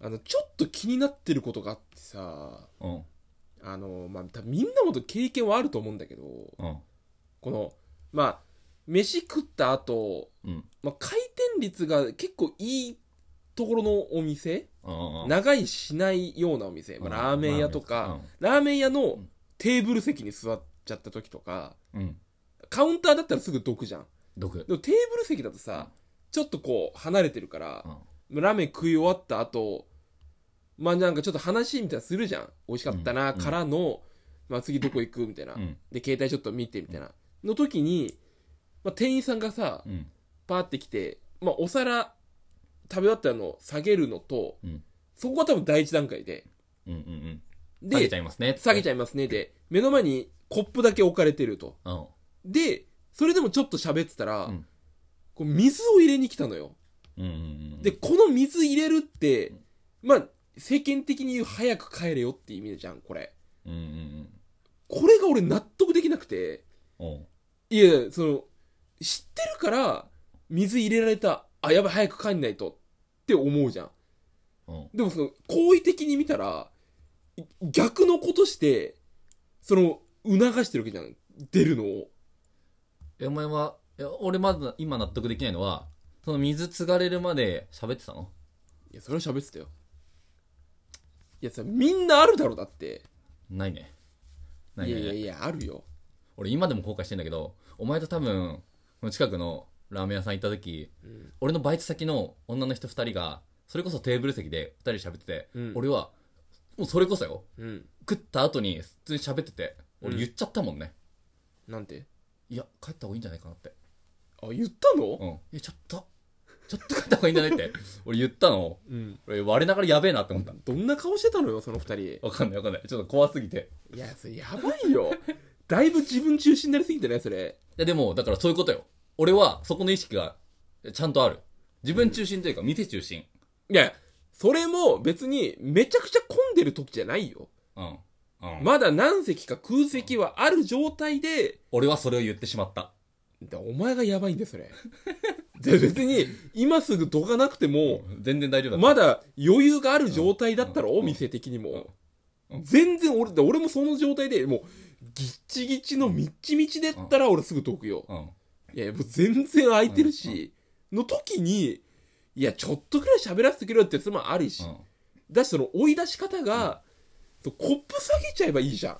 あのちょっと気になってることがあってさうんあのまあ多分みんなも経験はあると思うんだけどうんこのまあ飯食った後、うんまあ回転率が結構いいところのお店うん長いしないようなお店、まあ、ラーメン屋とか、ラーメン屋のんテーブル席に座っちゃった時とかうんうんカウンターだったらすぐ毒じゃん毒でもテーブル席だとさ、ちょっとこう離れてるから、ラーメン食い終わった後まあなんかちょっと話みたいなのするじゃん美味しかったな、うんからの、まあ、次どこ行くみたいな、うんで携帯ちょっと見てみたいなの時に、まあ、店員さんがさうんパーって来て、まあ、お皿食べ終わったのを下げるのと、うんそこが多分第一段階でうんうんうんで下げちゃいますね下げちゃゃいますねで目の前にコップだけ置かれてるとうんでそれでもちょっと喋ってたら、うんこう水を入れに来たのようんうんうんでこの水入れるってまあ世間的に言う早く帰れよって意味じゃんこれうんうんこれが俺納得できなくてうんおういやいやその知ってるから水入れられたあやばい早く帰んないとって思うじゃんおうでもその好意的に見たらい逆のことしてその促してるわけじゃん出るのをえお前はいや俺まず今納得できないのはその水継がれるまで喋ってたのいやそれは喋ってたよいやさみんなあるだろだってないねないいやねいやいやあるよ俺今でも後悔してんだけどお前と多分この近くのラーメン屋さん行った時、俺のバイト先の女の人2人がそれこそテーブル席で2人で喋ってて、うん俺はもうそれこそようん食った後に普通に喋ってて俺うん言っちゃったもんね、なんていや帰った方がいいんじゃないかなってあ言ったのうんいやちょっとちょっと帰った方がいいんじゃないって 俺言ったのうん俺我ながらやべえなって思ったどんな顔してたのよその二人いわかんないわかんないちょっと怖すぎてやそれやばいよだいぶ自分中心になりすぎてないそれいやでもだからそういうことよ俺はそこの意識がちゃんとある自分中心というか店中心いやそれも別にめちゃくちゃ混んでる時じゃないようん、うんまだ何席か空席はある状態で俺はそれを言ってしまった。でお前がやばいんだよそれで別に今すぐどかなくても、全然大丈夫だった。まだ余裕がある状態だったら、お店的にも。全然俺、で俺もその状態で、もう、ギッチギチのみっちみちでったら俺すぐ解くよ。うん。いや、もう全然空いてるし、の時に、いや、ちょっとくらい喋らせてくれよってやつもあるし、だしその追い出し方が、そうコップ下げちゃえばいいじゃん。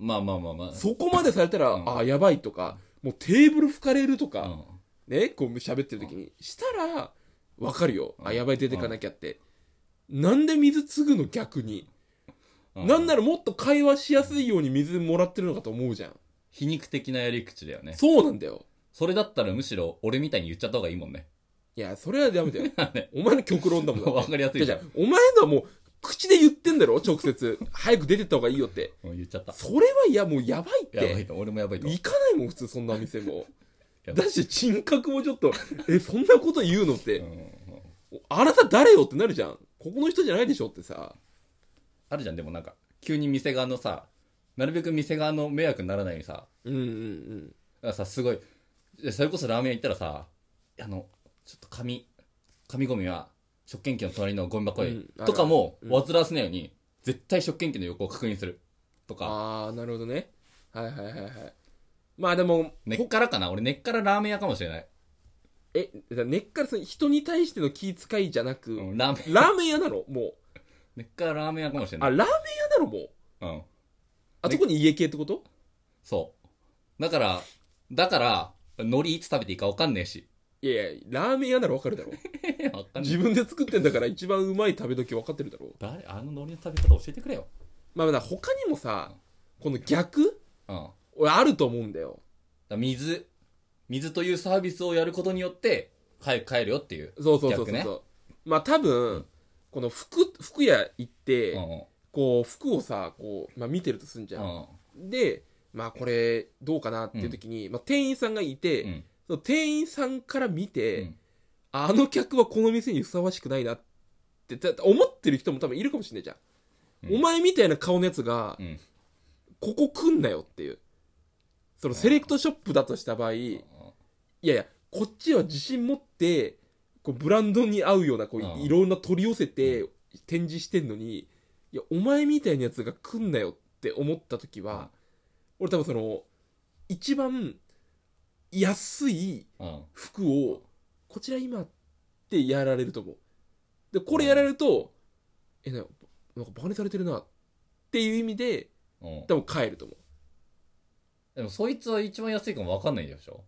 うん。まあまあまあまあ。そこまでされたら、うんああ、やばいとか、もうテーブル拭かれるとか、うん。ね、こう喋ってる時に、したら、わかるよ。あ、やばい、出てかなきゃって。なんで水継ぐの逆に。うなんならもっと会話しやすいように水もらってるのかと思うじゃん。皮肉的なやり口だよね。そうなんだよ。それだったらむしろ俺みたいに言っちゃった方がいいもんね。 いや、それはダメだよね。お前の極論だもん わだ。かりやすじゃじいじゃゃん。お前のはもう、口で言ってんだろ直接。早く出てった方がいいよって。うん言っちゃった。それはいや、もうやばいっやばいて。と。俺もやばいと。行かないもん、普通そんなお店も。 やばだし、人格もちょっと、え、そんなこと言うのっうて、んうんあなた誰よってなるじゃん。ここの人じゃないでしょってさ。あるじゃん、でもなんか、急に店側のさ、なるべく店側の迷惑にならないようにさ、うんうんうん。なんかさ、すごい、いやそれこそラーメン屋行ったらさ、あの、ちょっと紙、紙ゴミは、食券機の隣のゴミ箱へ、うんとかも、あるある煩わせないように、絶対食券機の横を確認する。とか、ああー、なるほどね。はいはいはいはい。まあでも、根っからかな俺根っからラーメン屋かもしれない。え、だから根っからその人に対しての気遣いじゃなく、うん、ラーメン、 ラーメン屋なのも根っからラーメン屋かもしれう。なあ、い。ラーメン屋なのもう。うん。あそこに家系ってことそう。だから、だから、海苔いつ食べていいかわかんねえし。いやいや、ラーメン屋ならわかるだろ。わか んねえ自。分で作ってんだから一番うまい食べ時わかってるだろ。誰あの海苔の食べ方教えてくれよ。まあまだ他にもさ、この逆うん。だか俺あると思うんだよ。ら水、水というサービスをやることによって、早く帰るよっていう。そうそうそうそう。逆ねまあ多分、この服、服屋行って、うんうん。こう服をさ、こう、まあ見てるとすんじゃん。うんで、まあこれどうかなっていう時に、まあ店員さんがいて、うんその店員さんから見て、うんあの客はこの店にふさわしくないなってだだ思ってる人も多分いるかもしれないじゃん。うんお前みたいな顔のやつが、うんここ来んなよっていう。そのセレクトショップだとした場合、いやいや、こっちは自信持って、こうブランドに合うような、こうんういろんな取り寄せて、展示してんのに、いや、お前みたいなやつが来んなよって思った時は、俺多分その、一番安いうん服を、こちら今ってやられると思う。で、これやられると、え、な、なんかバカにされてるなっていう意味で、うん多分帰ると思う。でもそいつは一番安いかも分かんないでしょ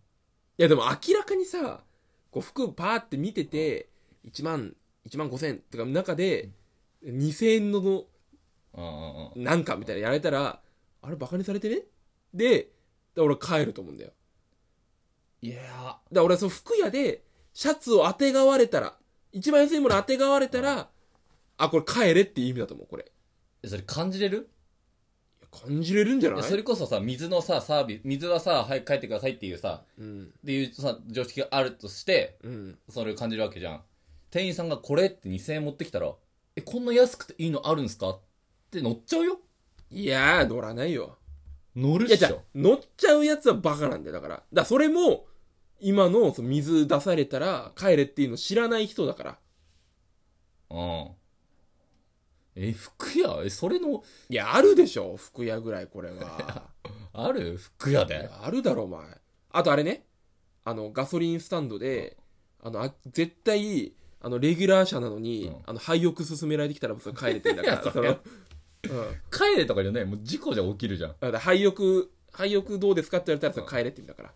いやでも明らかにさこう服パーって見てて1万1万5000とかの中で2000円ののうんうんうんなんかみたいなやられたらあれバカにされてねでだから俺は帰ると思うんだよだかいやら俺はその服屋でシャツをあてがわれたら一番安いものあてがわれたらあこれ帰れっていう意味だと思うこれーそれ感じれるいや感じれるんじゃないいやそれこそさ水のさサービス水はさ早く帰ってくださいっていうさうんっていうさ常識があるとしてうんそれを感じるわけじゃん店員さんがこれって2000円持ってきたらえこんな安くていいのあるんすかって乗っちゃうよいやー乗らないよ乗るいやっじしゃあょ乗っちゃうやつはバカなんだよだからだからそれも今のその水出されたら帰れっていうの知らない人だからうんえ服屋えそれのいやあるでしょ服屋ぐらいこれ はある服屋いでやあるだろお前あとあれねあのガソリンスタンドであのあ絶対あのレギュラー車なのに、うんあの廃屋勧められてきたら僕は帰れてんだか いらやそその、れうん、帰れとかじゃないもう事故じゃ起きるじゃんだから廃屋廃屋どうですかって言われたらそれ帰れって意味だから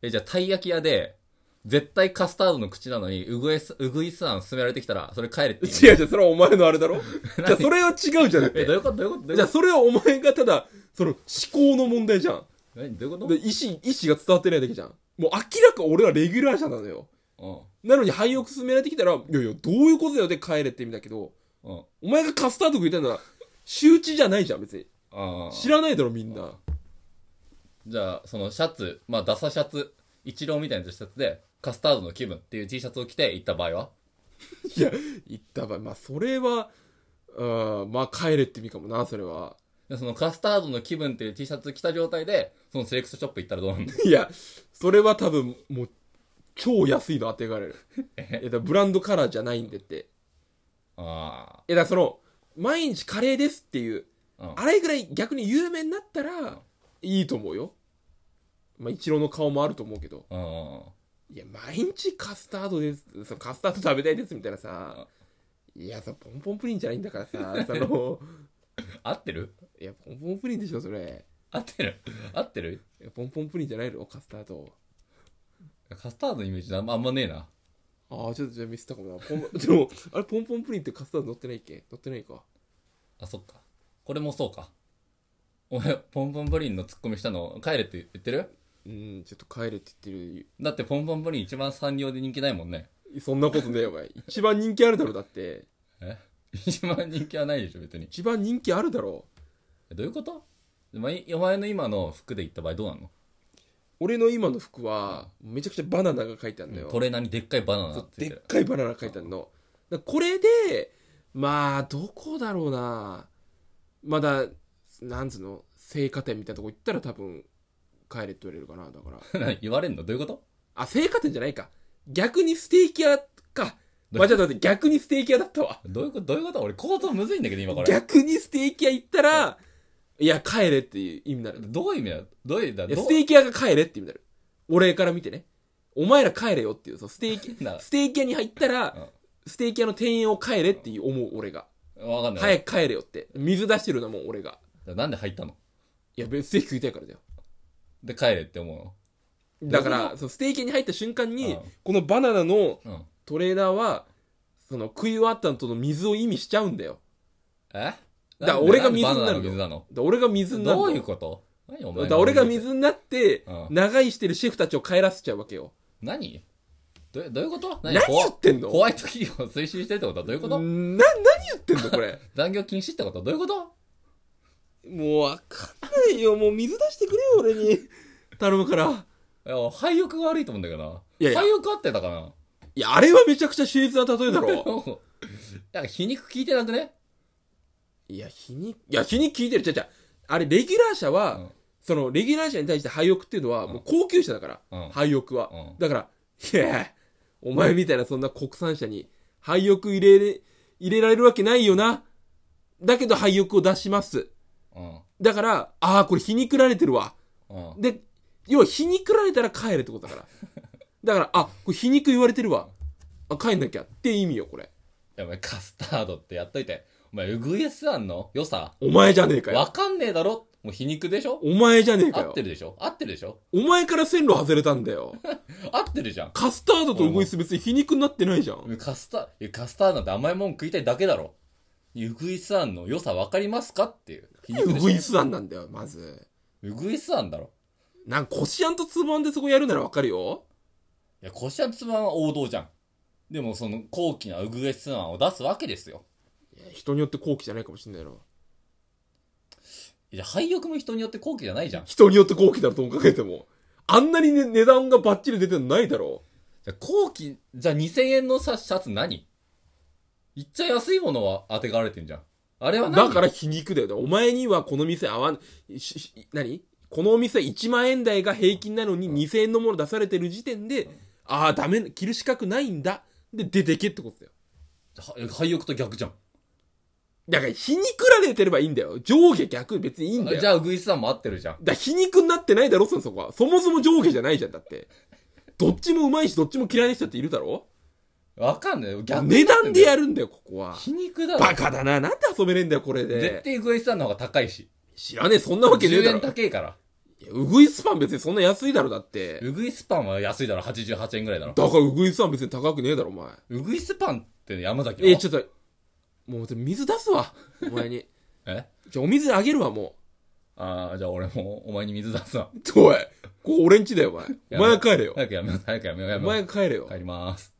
えじゃあたい焼き屋で絶対カスタードの口なのにうぐいすうぐいすあん勧められてきたらそれ帰れって言う違う違うそれはお前のあれだろじゃあそれは違うじゃ なくえどうていうことどういうことどういじゃうあこそれはお前がただその思考の問題じゃんと何どういうこで、と意思、意思が伝わってないだけじゃん。もう明らか俺はレギュラー車なのよ。なのに廃屋勧められてきたら、いやいや、どういうことだよで帰れって意味だけど、うんうんお前がカスタード食いたいなら、周知じゃないじゃん、別に。ああ知らないだろ、みんな。じゃあ、そのシャツ、まあ、ダサシャツ、一郎みたいなシャツで、カスタードの気分っていう T シャツを着て行った場合はいや、言ったば、まあ、それは、うん、まあ、帰れって意味かもな、それは。でそのカスタードの気分っていう T シャツ着た状態で、そのセレクトショップ行ったらどうなん だいや、それは多分、もう、超安いの当てがれる。いや、 えだからブランドカラーじゃないんでって。あいや、だからその、毎日カレーですっていう、あ。うん。あれぐらい逆に有名になったら、いいと思うよ。まあ、一郎の顔もあると思うけど。うん。いや、毎日カスタードです。そのカスタード食べたいです、みたいなさ。いや、そのポンポンプリンじゃないんだからさ、そ の、合ってるいや、ポンポンプリンでしょ、それ。合ってる合ってるいやポンポンプリンじゃないのカスタード。カスタードのイメージあんまあんまねえな。ああ、ちょっとじゃあミスったかもな。ポンでも、あれ、ポンポンプリンってカスタード乗ってないっけ乗ってないか。あ、そっか。これもそうか。お前、ポンポンプリンのツッコミしたの、帰れって言ってるうん、ちょっと帰れって言ってだってポンポンプリン一番産業で人気ないもんね。 る。そんなことねえよ、お前。一番人気あるだろ、だって。え一番人気はないでしょ、別に。一番人気あるだろ。えどういうことお前お前の今の服で行った場合どうなの俺の今の服はめちゃくちゃバナナが書いてあるんだよ、トレーナーにでっかいバナナそうつでいてっるかいバナナが書いてあるのだからこれでまあどこだろうなまだなんつうの青果店みたいなとこ行ったら多分帰れって言われるかなだから 言われんのどういうことあ青果店じゃないか逆にステーキ屋かどまあちょっと待って逆にステーキ屋だったわどういうことどういうこと俺構造むずいんだけど今これ逆にステーキ屋行ったらいや帰れっていう意味になるどういう意味だどういう意味だいやどうステーキ屋が帰れって意味になる俺から見てねお前ら帰れよっていうそうステーキなステーキ屋に入ったら、うんステーキ屋の店員を帰れって思う俺が。わかんない、早く帰れよって。水出してるのも俺が。なんで入ったのいや、別にステーキ食いたいからだよ。で帰れって思うだかどういうら、そのステーキ屋に入った瞬間にうん、このバナナののうんトレーナーは、その食い終わった後の水を意味しちゃうんだよ。えだから俺が水になバるのナナの水なのだから俺が水になるどの。ういうこと何お前だから俺が水になってうん、長居してるシェフたちを帰らせちゃうわけよ。何どうどういうこと何ホワ言ってんのホワイト企業を推進してるってことはどういうこな、と何言ってんのこれ。残業禁止ってことはどういうこと もうわかんないよ。もう水出してくれよ、俺に。頼むから。いや廃屋が悪いと思うんだけどないやいや廃屋合ってたかないや、あれはめちゃくちゃ秀逸な例えだろ。なんか皮肉聞いてなくね いや、日に、いや、日に聞いてる。ちゃちゃ。あれ、レギュラー車は、うんその、レギュラー車に対して廃屋っていうのは、もう高級車だから、うん廃屋は。うんだから、いや、お前みたいなそんな国産車に、廃屋入れ、入れられるわけないよな。だけど廃屋を出します。うん。だから、ああ、これ皮肉られてるわ。うん。で、要は皮肉られたら帰れってことだから。だから、あ、これ皮肉言われてるわ。あ、帰んなきゃって意味よ、これ。やばい、カスタードってやっといて。お前、うぐいすあんの良さ。お前じゃねえかよ。わかんねえだろもう皮肉でしょお前じゃねえか合っよて。るでしょ合ってるでしょお前から線路外れたんだよ。合ってるじゃん。カスタードとウグイス別に皮肉になってないじゃん。カスタ、いやカスタードなんて甘いもん食いたいだけだろ。うぐいすあんの良さわかりますかっていう。皮ウグイでしス団なんだよ、まず。ょうぐいすあんだろ。なんか、こしあんとつぶあんでそこやるならわかるよ。いや、こしあんつまんは王道じゃん。でも、その、高貴なうぐいすあんを出すわけですよ。いや人によって後期じゃないかもしんないな。いや、廃屋も人によって高貴じゃないじゃん。人によって後期だろ、ともかけても。あんなに、ね、値段がバッチリ出てるのないだろ。じゃあ、後期、じゃあ2000円のさシャツ何いっちゃ安いものは当てがわれてんじゃん。あれは何だから皮肉だよ。お前にはこの店合わん、しし何このお店1万円台が平均なのに2000円のもの出されてる時点で、ああ、ダメ、着る資格ないんだ。で、出てけってことだよ。は廃屋と逆じゃん。だから、皮肉られてればいいんだよ。上下逆、別にいいんだよ。じゃあ、ウグイスさんも合ってるじゃん。だから皮肉になってないだろ、そそこは。そもそも上下じゃないじゃん、だって。どっちもうまいし、どっちも嫌いな人っているだろわかんないよ。逆値段でやる。るんだよ、ここは。皮肉 だろ。バカだな。なんで遊べねえんだよ、これ絶で。対ウグイスさんの方が高いし。知らねえ、そんなわけねえ10だ円ろ。高いから。いやうぐいすパン別にそんな安いだろ、だって。ウグイスパンは安いだろ、88円ぐらいだろ。だからうぐいすパン別に高くねえだろ、お前。ウグイスパンって山崎のえ、ちょっと、もう水出すわ。お前に。えじゃあお水あげるわ、もああ、じゃあ俺もお前に水出すわ。 う。おい、ここ俺んちだよ、お前。お前が帰れよ。早くやめよう、早くやめよう、やおめよ前が帰れよう。。帰りまーす。